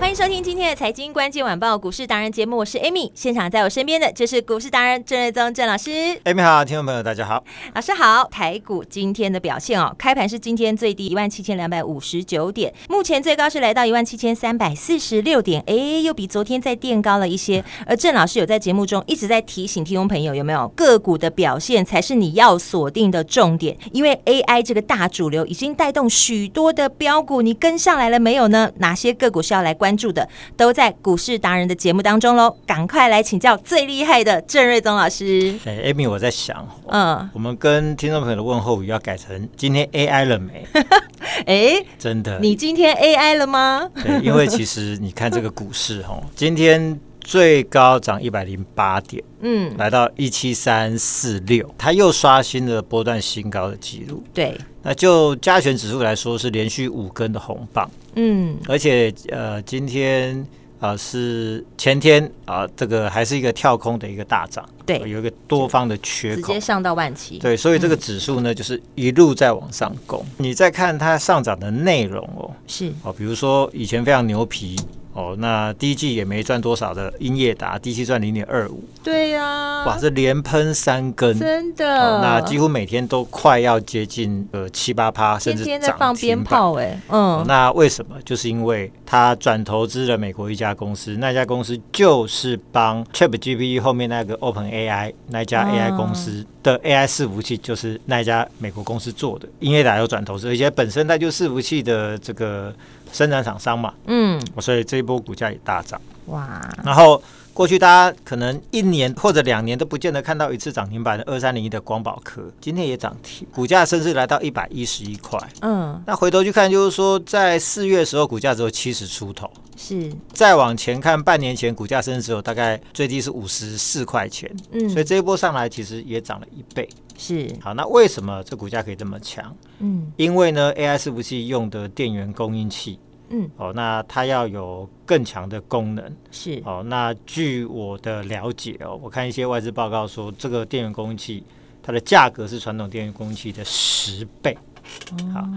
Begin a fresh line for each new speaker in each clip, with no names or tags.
欢迎收听今天的财经关键晚报股市达人节目，我是 Amy，现场在我身边的就是股市达人郑瑞宗郑老师，
艾米好，听众朋友大家好。
老师好。台股今天的表现哦，开盘是今天最低一万七千两百五十九点，目前最高是来到一万七千三百四十六点，哎，又比昨天再垫高了一些。而郑老师有在节目中一直在提醒听众朋友，有没有个股的表现才是你要锁定的重点，因为 AI 这个大主流已经带动许多的标股，你跟上来了没有呢？哪些个股是要来关注的，都在股市达人的节目当中喽。赶快来请教最厉害的郑瑞宗老师。
哎、艾米，我在想，
嗯，
我们跟听众朋友的问候语要改成今天 AI 了 没？
哎，
真的，
你今天 AI 了吗？
对，因为其实你看这个股市哦， 今天最高涨一百零八点，
嗯，
来到一七三四六，它又刷新了波段新高的记录。
对，
那就加权指数来说，是连续五根的红棒，
嗯，
而且呃，今天啊、呃是前天啊、这个还是一个跳空的一个大涨，
对
有一个多方的缺
直
口
接。上到万期。
对，所以
嗯
这个指数呢，就是一路在往上攻。你再看它上涨的内容哦，
是，
哦，比如说以前非常牛皮哦，那第一季也没赚多少的英业达，第一季赚零点二五，
对呀、
哇，这连喷三根。
啊真的，
哦那几乎每天都快要接近呃七八趴，甚
天
至
天在
涨
放
停
鞭
板
炮哎、
哦
嗯，
那为什么？就是因为他转投资了美国一家公司，那家公司就是帮 ChatGPT 后面那个 Open AI 那家
哦
AI 公司的 AI 伺服器，就是那家美国公司做的。因为打有转投资，而且本身它就是伺服器的这个生产厂商嘛，
嗯，
所以这一波股价也大涨。
哇，
然后过去大家可能一年或者两年都不见得看到一次涨停板的二三零一的光宝科，今天也涨停，股价甚至来到一百一十一块。
嗯，
那回头去看，就是说在四月的时候，股价只有七十出头。
是，
再往前看，半年前股价甚至只有大概最低是五十四块钱，
嗯，
所以这一波上来其实也涨了一倍。
是，
好，那为什么这股价可以这么强？
嗯
因为呢，AI 伺服器用的电源供应器
嗯，
哦，那它要有更强的功能
是，
哦。那据我的了解哦，我看一些外资报告说，这个电源供应器它的价格是传统电源供应器的十倍。好
哦，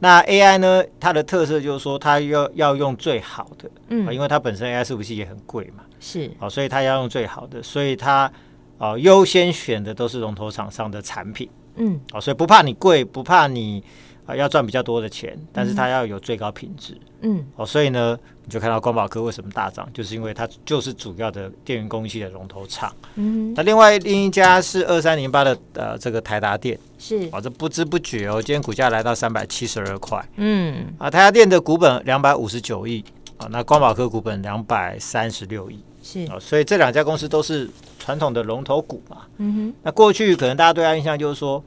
那 AI 呢，它的特色就是说，它要要用最好的，啊
嗯，
因为它本身 AI 伺服器也很贵嘛，
是，
哦，所以它要用最好的，所以它哦优先选的都是龙头厂商的产品，
嗯，
哦，所以不怕你贵，不怕你啊、要赚比较多的钱，但是它要有最高品质，
嗯，
哦，所以呢，你就看到光宝科为什么大涨，就是因为它就是主要的电源供应器的龙头厂。
嗯，
那另外另一家是二三零八的呃这个台达电，
是，
哦，这不知不觉哦，今天股价来到三百七十二块。
嗯，
啊，台达电的股本两百五十九亿啊，那光宝科股本两百三十六亿
是，
啊，所以这两家公司都是传统的龙头股嘛。
嗯
那过去可能大家对它印象就是说，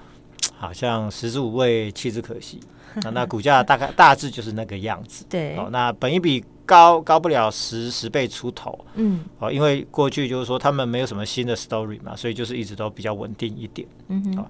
好像食之无味，弃之可惜啊，那股价大概大致就是那个样子
哼，。对，
哦，那本一比高高不了十十倍出头
嗯
哦，因为过去就是说他们没有什么新的 story 嘛，所以就是一直都比较稳定一点。
嗯哼
好，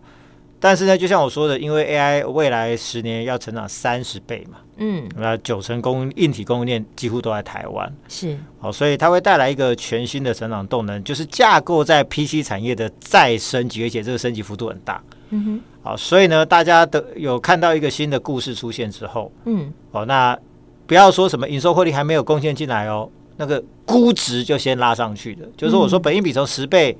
但是呢，就像我说的，因为 AI 未来十年要成长三十倍嘛，
嗯，
那九成供应硬体供应链几乎都在台湾，
是，
好、所以它会带来一个全新的成长动能，就是架构在 PC 产业的再升级，而且这个升级幅度很大。
嗯哼，
好、所以呢，大家的有看到一个新的故事出现之后，
嗯，
哦，那不要说什么营收获利还没有贡献进来哦，那个估值就先拉上去的，就是
嗯
我说本益比从十倍。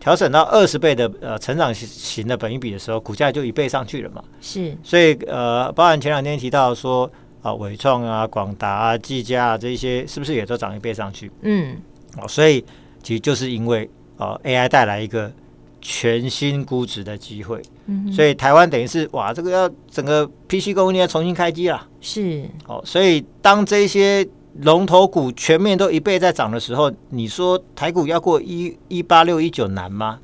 调整到二十倍的呃成长型型的本益比的时候，股价就一倍上去了嘛。
是，
所以呃，包含前两天提到说啊，伟创啊、广达啊、技嘉啊这一些，是不是也都涨一倍上去？
嗯，
哦，所以其实就是因为呃 AI 带来一个全新估值的机会，
嗯哼，
所以台湾等于是哇，啊这个要整个 PC 供应链要重新开机啦。
是，
哦，所以当这些龙头股全面都一倍在涨的时候，你说台股要过一一八六一九难吗？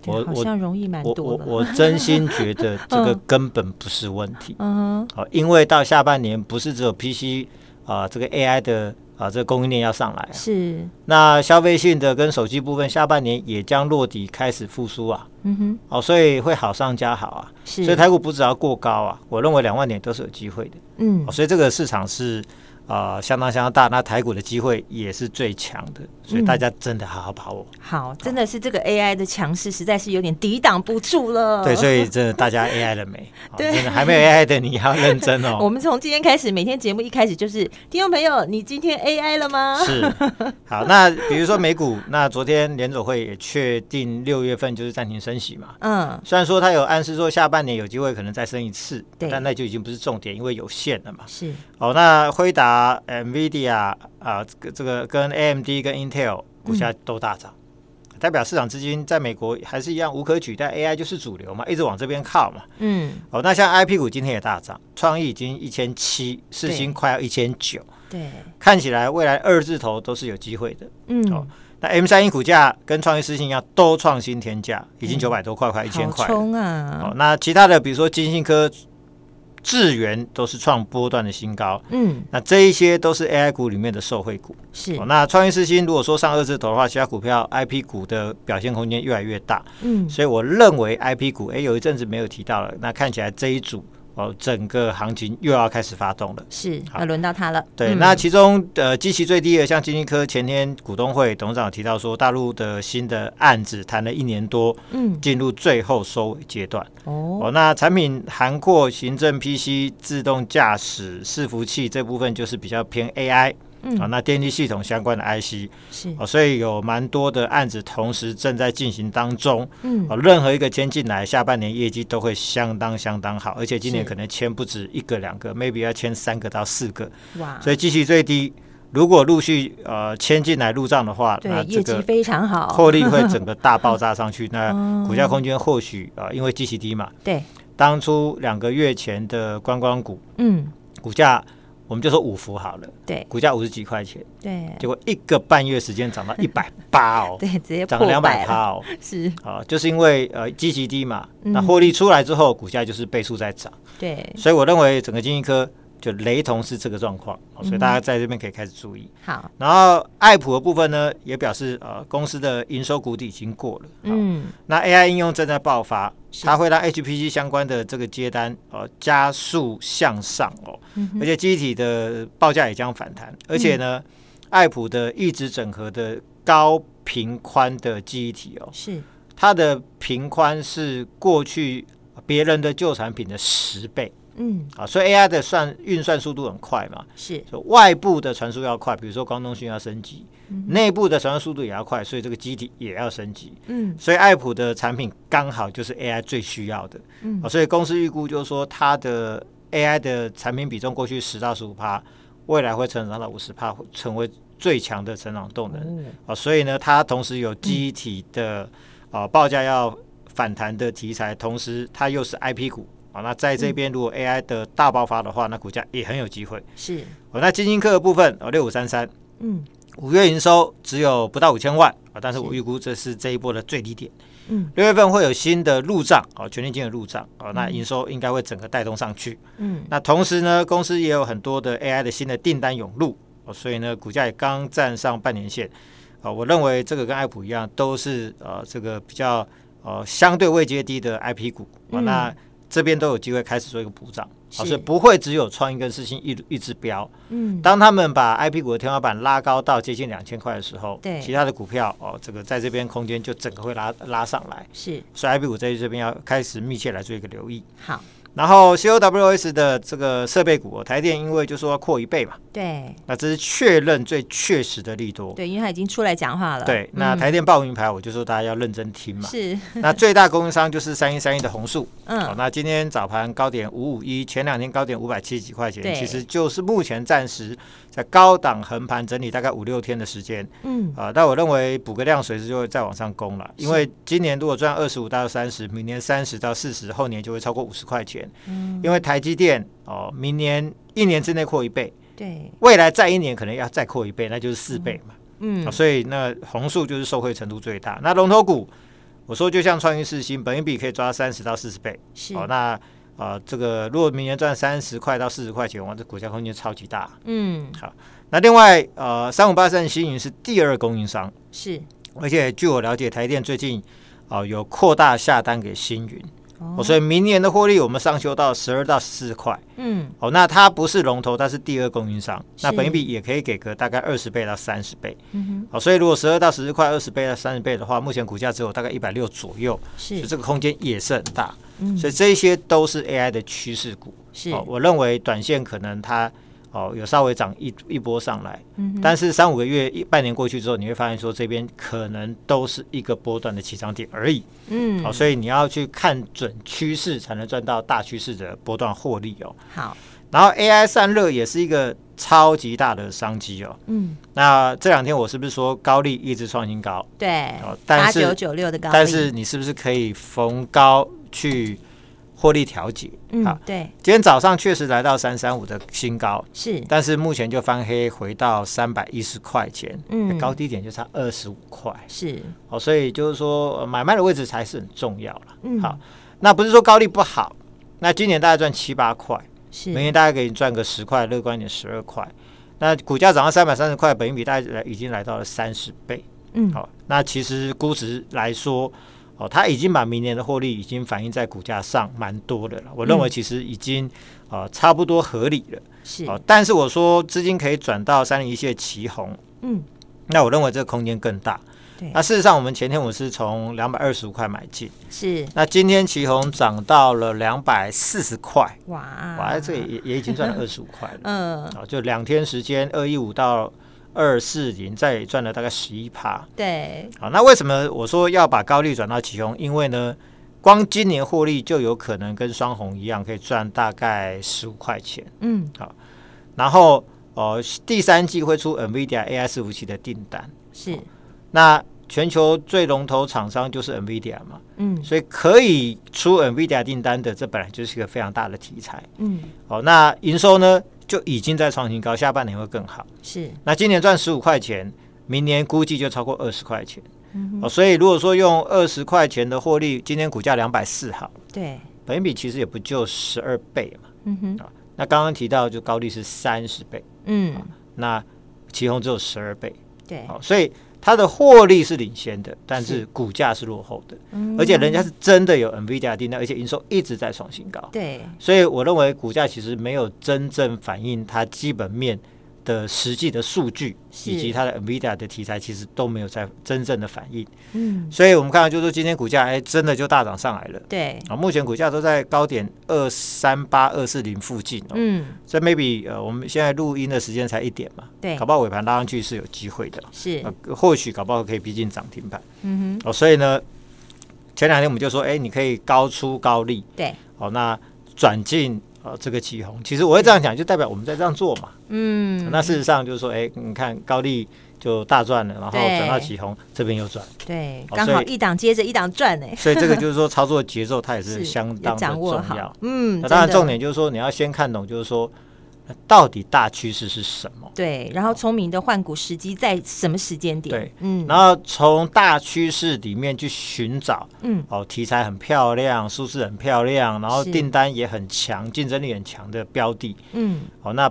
对
我
好
我
像容易蛮
我
多
我
的。
我真心 觉得这个根本不是问题。
嗯哼，
好，因为到下半年不是只有 PC 啊、这个 AI 的啊、这个供应链要上来啊，
是，
那消费性的跟手机部分下半年也将落底开始复苏啊，
嗯哼，
哦，所以会好上加好啊，
是。
所以台股不只要过高啊，我认为两万点都是有机会的，
嗯
哦、所以这个市场是啊、相当相当大，那台股的机会也是最强的，所以
嗯
大家真的好好把握。
好，真的是这个 AI 的强势实在是有点抵挡不住了。
对，所以真 的大家 AI 了没？哦
嗯对
真的还没 有 AI 的你要认真
我
哦。
们从今天开始，每天节目一开始就是听众朋友，你今天 AI 了吗？
是，好，那比如说美股，那昨天联总会也确定六月份就是暂停升息嘛。
嗯，
虽然说它有暗示说下半年有机会可能再升一次，
对
但那就已经不是重点，因为有限了嘛。
是，
哦，那辉达、NVIDIA 啊，这个这个跟 AMD 跟 Intel 股价都大涨，
嗯
代表市场资金在美国还是一样无可取代，AI 就是主流嘛，一直往这边靠嘛。
嗯，
哦，那像 IP 股今天也大涨，创意已经一千七，四
对
星快要一千九，
对，
看起来未来二字头都是有机会的。
嗯，
哦那 M 三一股价跟创意四星一样，都创新天价，已经
嗯
九百多块，快一千
好
块了。
冲
哦
啊，，
那其他的比如说金信科、智源都是创波段的新高，
嗯，
那这一些都是 AI 股里面的受惠股。
是
哦，，那创业四新如果说上二字头的话，其他股票 IP 股的表现空间越来越大，
嗯，
所以我认为 IP 股，哎诶，有一阵子没有提到了，那看起来这一组哦，整个行情又要开始发动了。
是，
好
那轮到他了。
对，
嗯
那其中呃，基期最低的，像金信科前天股东会董事长有提到说，大陆的新的案子谈了一年多，
嗯，
进入最后收尾阶段。
哦，
哦，那产品涵括行政 PC、自动驾驶、伺服器这部分，就是比较偏 AI 啊、
嗯，
那电力系统相关的 IC
是，
哦，所以有蛮多的案子同时正在进行当中
嗯
哦，，任何一个签进来，下半年业绩都会相当相当好，而且今年
是
可能签不止一个两个，maybe 要签三个到四个，
哇，
所以基期最低。如果陆续呃签进来入账的话，那
对，
这
业
个
绩非常好，
获利会整个大爆炸上去， 那
哦
股价空间或许啊、呃因为基期低嘛，
对，
当初两个月前的观光股
嗯，
股价，我们就说五福好了，
对，
股价五十几块钱，
对，
结果一个半月时间涨到一百八 哦，
对，直接
涨
破
了两
百
百
了，
趴哦，
是，
啊，就是因为呃基期低嘛，
嗯
那获利出来之后，股价就是倍数在涨，
对，
所以我认为整个金一科就雷同是这个状况，
嗯
哦所以大家在这边可以开始注意。
好，
然后爱普的部分呢，也表示呃公司的营收谷底已经过了，哦
嗯，
那 AI 应用正在爆发，
是
它会让 HPC 相关的这个接单呃加速向上哦，
嗯哼嗯
而且机体的报价也将反弹，而且呢，爱普的一直整合的高频宽的记忆体哦，
是，
它的频宽是过去别人的旧产品的十倍
嗯，
啊，所以 AI 的算运算速度很快嘛，
是，
所以外部的传输要快，比如说光通讯要升级，内部的传输速度也要快，所以这个机体也要升级。
嗯，
所以爱普的产品刚好就是 AI 最需要的，
嗯
哦所以公司预估就是说它的 AI 的产品比重过去十到十五趴，未来会成长到五十趴，会成为最强的成长动能啊、
哦
哦所以呢，它同时有机体的啊、呃报价要反弹的题材，同时它又是 IP 股啊、哦那在
嗯
这边如果 AI 的大爆发的话，那股价也很有机会。
是，
哦，那基金科的部分哦，六五三三
嗯
五月营收只有不到五千万啊，但是我
是
预估这是这一波的最低点。
嗯
六月份会有新的入账哦，全年金的入账哦，那营收应该会整个带动上去。
嗯，
那同时呢，公司也有很多的 AI 的新的订单涌入哦，所以呢，股价也刚站上半年线哦。我认为这个跟爱普一样，都是呃这个比较呃相对位阶低的 IP 股哦，
嗯
那这边都有机会开始做一个补涨，哦，
是
所以不会只有创意跟四星一一只标。
嗯，
当他们把 IP 股的天花板拉高到接近两千块的时候，
对
其他的股票哦，这个在这边空间就整个会拉拉上来。
是，
所以 I B 股在这边要开始密切来做一个留意。
好，
然后 C O W S 的这个设备股，哦台电因为就说要扩一倍嘛，
对，
那这是确认最确实的利多。
对，因为他已经出来讲话了，嗯
对，那台电报名牌，我就说大家要认真听嘛。
是，
那最大供应商就是三一三一的红树，好、
嗯，
那今天早盘高点五五一，前两天高点五百七十几块钱
对，
其实就是目前暂时在高档横盘整理大概五六天的时间
嗯，
啊、但我认为补个量随时就会再往上攻了，因为今年如果赚二十五到三十，明年三十到四十，
嗯
后年就会超过五十块钱，因为台积电哦、明年一年之内扩一倍，
对，
未来再一年可能要再扩一倍，那就是四倍嘛。
嗯
啊，所以那红树就是受惠程度最大。那龙头股，我说就像创意四新，本益比可以抓三十到四十倍。
是
哦，那啊、呃这个如果明年赚三十块到四十块钱，哇，这股价空间超级大。
嗯
那另外，呃，三五八三新营是第二供应商，
是
而且据我了解，台电最近啊、呃有扩大下单给新云，哦，所以明年的获利我们上修到十二到十四块。
嗯
哦，那它不是龙头，它是第二供应商，那
是
本益比也可以给个大概二十倍到三十倍。哦
嗯
好，所以如果十二到十四块、二十倍到三十倍的话，目前股价只有大概一百六左右，
哼
所以
是
这个空间也是很大。
嗯
所以这一些都是 AI 的趋势股。
是
哦，我认为短线可能它哦有稍微涨一一波上来，
嗯哼
但是三五个月、一半年过去之后，你会发现说这边可能都是一个波段的起涨点而已。哦
嗯
好、所以你要去看准趋势，才能赚到大趋势的波段获利哦。
好
然后 AI 散热也是一个超级大的商机哦。
嗯
那这两天我是不是说高利一直创新高？
对
哦，
八
但是
九九六的高利，
但是你是不是可以逢高去获利调节？
嗯
好，
对
今天早上确实来到三三五的新高，
是
但是目前就翻黑回到三百一十块钱，
嗯
高低点就差二十五块。
是
哦，所以就是说呃买卖的位置才是很重要了。
嗯
好，那不是说高利不好，那今年大概赚七八块，
是
明年大概可以赚个十块，乐观一点十二块。那股价涨到三百三十块，本益比大概来已经来到了三十倍。
嗯
好、那其实估值来说，哦，它已经把明年的获利已经反映在股价上蛮多的了。我认为其实已经啊、呃差不多合理了。
嗯是
哦，但是我说资金可以转到三零一线旗红，
嗯
那我认为这个空间更大
对。
那事实上，我们前天我是从两百二十五块买进，
是
那今天旗红涨到了两百四十块，
哇
哇，这也也已经赚了二十五块了。
啊 嗯
哦，就两天时间，二一五到二四零，再赚了大概十一趴。
对
好，那为什么我说要把高利转到启宏？因为呢，光今年获利就有可能跟双红一样，可以赚大概十五块钱。
嗯
然后，呃，第三季会出 NVIDIA AI 伺服器的订单，
是
那全球最龙头厂商就是 NVIDIA 嘛，
嗯
所以可以出 NVIDIA 订单的，这本来就是一个非常大的题材。
嗯
哦，那营收呢就已经在创新高，下半年会更好。
是
那今年赚十五块钱，明年估计就超过二十块钱。哦，所以如果说用二十块钱的获利，今天股价两百四好，
对
本益比其实也不就十二倍嘛。
嗯哼
那刚刚提到就高利是三十倍，
嗯
那旗宏只有十二倍，
对
哦，所以它的获利是领先的，但
是
是股价是落后的，而且人家是真的有 NVIDIA 订单，而且营收一直在创新高。
对
所以我认为股价其实没有真正反映它基本面的实际的数据，
是
以及它的 NVIDIA 的题材，其实都没有在真正的反映。
嗯
所以我们看到就是说今天股价哎真的就大涨上来了。
对
啊，目前股价都在高点二三八二四零附近哦，
嗯
所以 maybe 呃，我们现在录音的时间才一点嘛，
对
搞不好尾盘拉上去是有机会的，
是
呃、或许搞不好可以逼近涨停板
嗯哼
哦，所以呢，前两天我们就说，哎，你可以高出高利，
对
好，那转进呃这个旗红，其实我会这样讲，就代表我们在这样做嘛。
嗯
那事实上就是说，哎、你看高利就大赚了，然后
对
转到旗红这边又转，
对
哦
刚好
所以
一档接着一档转呢
所以这个就是说操作节奏它 也是相
要
当的
掌
重
握好
要。
嗯
那当然
真的
重点就是说，你要先看懂，就是说呃到底大趋势是什么。
对，然后聪明的换股时机在什么时间点？
对
嗯，
然后从大趋势里面去寻找，
嗯，
哦，题材很漂亮，数字很漂亮，然后
是
订单也很强，竞争力很强的标的，
嗯，
好、那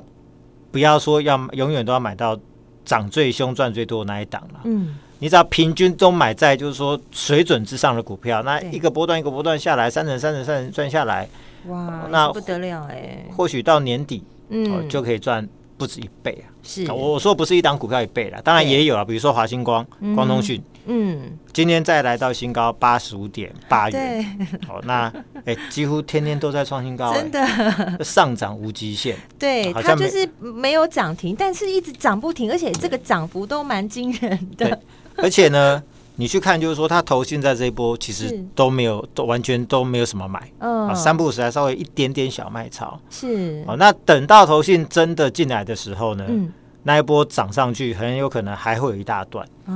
不要说要永远都要买到涨最凶、赚最多的那一档了。
嗯，
你只要平均都买在就是说水准之上的股票，那
对
一个波段一个波段下来，三成、三成、三成赚下来，
哇，
哦那
也是不得了哎，
或许到年底哦
嗯，
就可以赚不止一倍啊！
是
啊我我说不是一档股票一倍啦，当然
对
也有啊，比如说华星光、光通讯，
嗯，
今天再来到新高八十五点八元，
对，
哦，那哎、几乎天天都在创新高、
真
哎，
的，
上涨无极限。
对，
好
它
像
就
没
是没有涨停，但是一直涨不停，而且这个涨幅都蛮惊人的
对，而且呢，你去看，就是说它投信在这一波其实
是
都没有，都完全都没有什么买、
嗯
啊，，三不五时还稍微一点点小卖超。
是
哦，，那等到投信真的进来的时候呢，
嗯，
那一波涨上去，很有可能还会有一大段。
啊，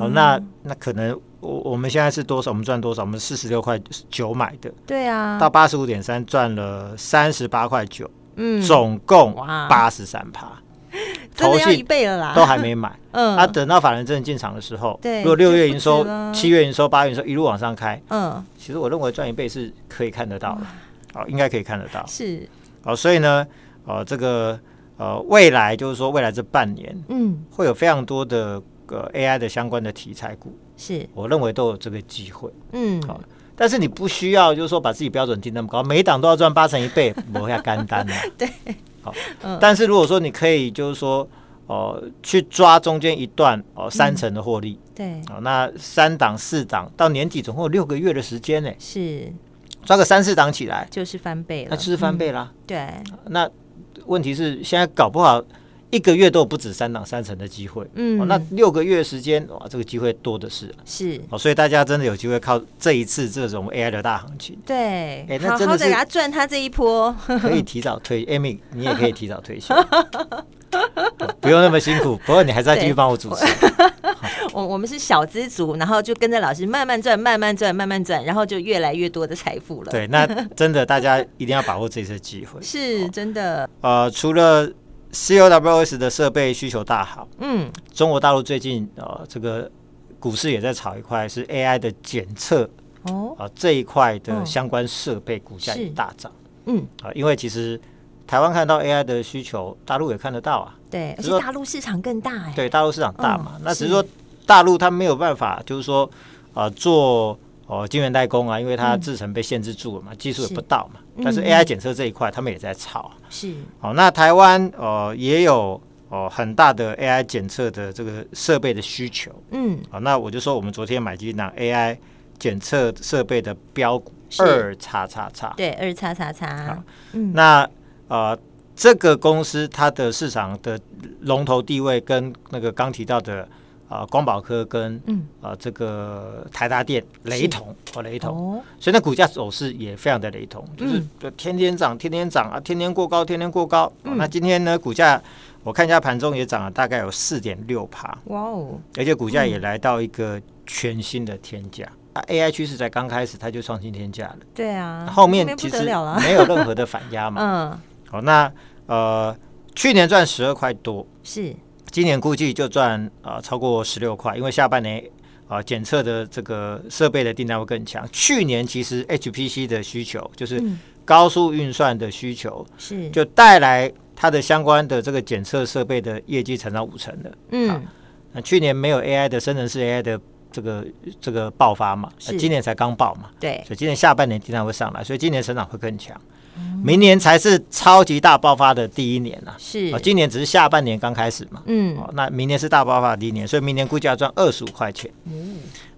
哦，那那可能我我们现在是多少？我们赚多少？我们四十六块九买的，
对啊，
到八十五点三赚了三十八块九，
嗯，
总共
哇
八十三趴。
真
投
的要一
信
倍了啦，
都还没买，
嗯
啊，等到法人真的进场的时候，
对
如果六月营
就
收
不止啦、
七月营收、八月营收一路往上开，
嗯
其实我认为赚一倍是可以看得到的，哦，应该可以看得到。
是
哦，所以呢，呃，这个呃，未来就是说未来这半年
嗯
会有非常多的呃 AI 的相关的题材股，
是
我认为都有这个机会。
嗯
好但是你不需要，就是说把自己标准定那么高，每一档都要赚八成一 倍，磨下干单了。对，好、
嗯
但是如果说你可以，就是说，哦、去抓中间一段
嗯
哦、三成的获利，
对
哦、那三档四档到年底总共有六个月的时间呢，
是
抓个三四档起来，
就是翻倍了，
那就是翻倍啦。
嗯对，
那问题是现在搞不好一个月都有不止三档三成的机会，
嗯
哦，那六个月的时间哇，这个机会多的是、
是
哦，所以大家真的有机会靠这一次这种 AI 的大行情。
对
哎，那
好
真的
好的
是
给他赚他这一波，
可以提早退，Amy，你也可以提早退休， 哦不用那么辛苦。不过你还是要继续帮我主 持，
我我们是小资族，然后就跟着老师慢慢赚，慢慢赚，慢慢赚，然后就越来越多的财富了，，
对，那真的大家一定要把握这次机会。
是真的，
呃，除了 COWS 的设备需求大好，
嗯
中国大陆最近呃这个股市也在炒一块是 AI 的检测
哦
啊这一块
嗯
的相关设备股价也
是
大涨
嗯
啊、因为其实台湾看到 AI 的需求，大陆也看得到啊。
对，而且
只是说
大陆市场更大哎，
对，大陆市场大嘛，
嗯
那只
是
是说大陆它没有办法，就是说呃做呃晶圆代工啊，因为它制程被限制住了嘛，技术
嗯
也
是
不到嘛。但是
嗯
AI 检测这一块，他们也在炒。
是
好、那台湾呃也有呃很大的 AI 检测的这个设备的需求。
嗯
好、那我就说我们昨天买进档 AI 检测设备的标股
是
二叉叉叉。
对二叉叉叉
好，
嗯
那呃，这个公司它的市场的龙头地位跟那个刚提到的呃光宝科跟
嗯
呃这个台达电雷同哦雷同，
哦嗯
所以那股价走势也非常的雷同，就是天天涨，天天涨啊，天天过高，天天过高。
嗯
哦那今天呢，股价我看一下盘中也涨了大概有四点六趴，
哇哦
而且股价也来到一个全新的天价。啊，AI 趋势才刚开始，它就创新天价了，
对啊，
后面
不
其
得
实
了了，
没有任何的反压嘛。
嗯
好，那呃，去年赚十二块多，
是
今年估计就赚呃超过十六块，因为下半年啊、呃检测的这个设备的订单会更强。去年其实 HPC 的需求就是
嗯
高速运算的需求，
是
就带来它的相关的这个检测设备的业绩成长五成的。
嗯
那去年没有 AI 的生成式 AI 的这个这个爆发嘛，
是
那今年才刚爆嘛，
对
所以今年下半年订单会上来，所以今年成长会更强。
嗯
明年才是超级大爆发的第一年呐、啊，
是
哦，今年只是下半年刚开始嘛，
嗯
哦，那明年是大爆发的第一年，所以明年估计要赚二十五块钱。
哦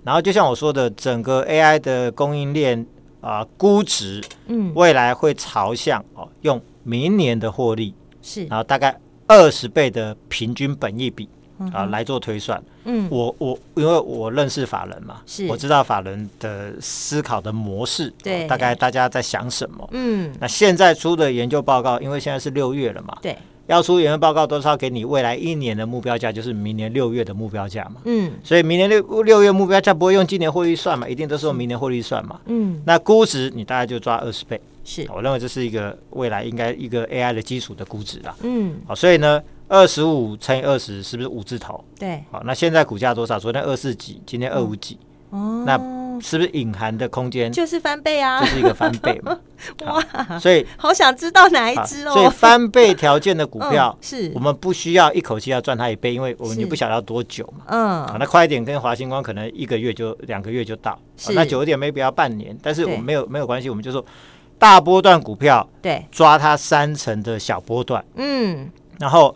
然后就像我说的，整个 AI 的供应链啊、估值
嗯
未来会朝向哦，用明年的获利，
是
然后大概二十倍的平均本益比啊、来做推算。
嗯
我我因为我认识法人嘛，
是
我知道法人的思考的模式，
对
哦大概大家在想什么。
嗯
那现在出的研究报告，因为现在是六月了嘛，
对
要出研究报告都是要给你未来一年的目标价，就是明年六月的目标价嘛。
嗯
所以明年六六月目标价不会用今年获利算嘛，一定都是用明年获利算嘛。
嗯
那估值你大概就抓二十倍，
是
我认为这是一个未来应该一个 AI 的基础的估值啦。
嗯
好，所以呢，二十五乘以二十是不是五字头？
对
好，那现在股价多少？昨天二四几，今
嗯
天二五几，
哦
那是不是隐含的空间就
就是翻倍啊，
是一个翻 倍嘛？
哇，
所以
好想知道哪一
啊
只
所以
哦，
翻倍条件的股票
嗯、是
我们不需要一口气要赚它一倍，因为我们
是
也不晓得要多久嘛。啊，
嗯
那快一点跟华星光可能一个月就两个月就到，啊
是
那久一点 maybe 要半年，但是我
对
们没有没有关系，我们就说大波段股票
对
抓它三成的小波段，
嗯
然后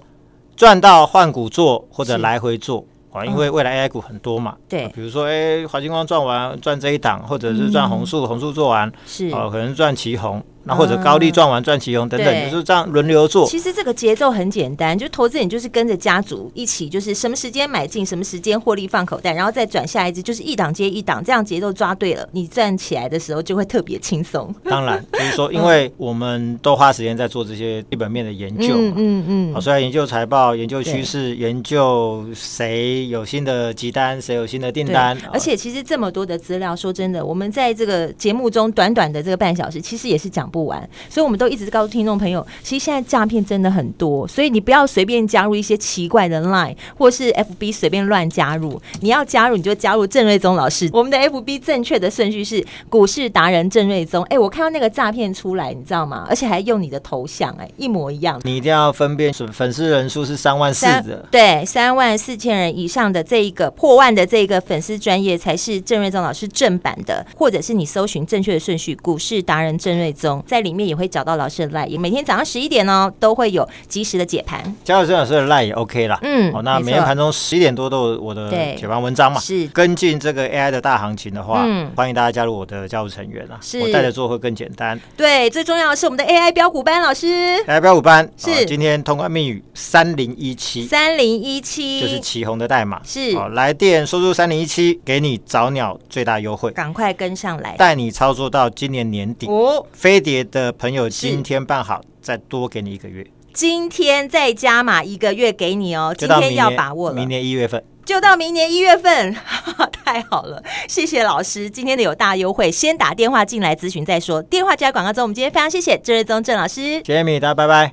赚到换股做或者
是嗯
来回做啊，因为未来 AI 股很多嘛，
对
啊比如说哎华星光赚完赚这一档，或者是赚红树，红树做完
嗯是嗯
哦，可能赚旗红，那或者高利赚完赚旗红等
对
等，就是这样轮流做。
其实这个节奏很简单，就投资人就是跟着家族一起，就是什么时间买进，什么时间获利放口袋，然后再转下一只，就是一档接一档，这样节奏抓对了，你站起来的时候就会特别轻松。
当然，就是
嗯
说，因为我们都花时间在做这些基本面的研究
嗯
嘛，
嗯
好，
嗯，
所以要研究财报、研究
对
趋势、研究谁有新的集单，谁有新的订
对
单，
而且其实这么多的资料，说真的，我们在这个节目中短短的这个半小时，其实也是讲不完，所以我们都一直告诉听众朋友，其实现在诈骗真的很多，所以你不要随便加入一些奇怪的 Line 或是 FB 随便乱加入，你要加入你就加入郑瑞宗老师。我们的 FB 正确的顺序是股市达人郑瑞宗。哎、我看到那个诈骗出来，你知道吗？而且还用你的头像、哎，一模一样。
你一定要分辨粉粉丝人数是三万四
三
的，
对三万四千人以上的这一个破万的这一个粉丝专业才是郑瑞宗老师正版的，或者是你搜寻正确的顺序，股市达人郑瑞宗，在里面也会找到老师的 line，也每天早上十一点哦都会有及时的解盘。
加入郑老师的 line 也 OK 啦。
嗯
哦，那
没
每天
错
盘中十一点多都有我的
对
解盘文章嘛。
是
跟进这个 AI 的大行情的话，
嗯
欢迎大家加入我的加入成员啦。
是
我带着做会更简单。
对，最重要的是我们的 AI 标股班老师
来，标五班哦
是
今天通关密语三零一七，
三零一
就是
七，
旗红的代码。
是
哦，来电输入三零一七，给你早鸟最大优惠，
赶快跟上来
带你操作到今年年底。
哦！
飞碟的朋友
是
今天办好，再多给你一个月，
今天再加码一个月给你哦，
就
今
到明
天要
年
把握了
明。年一月份。
就到明年一月份， 太好了！谢谢老师，今天的有大优惠，先打电话进来咨询再说。电话加广告中，我们今天非常谢谢郑瑞宗郑老师。
Jamie，大家拜拜。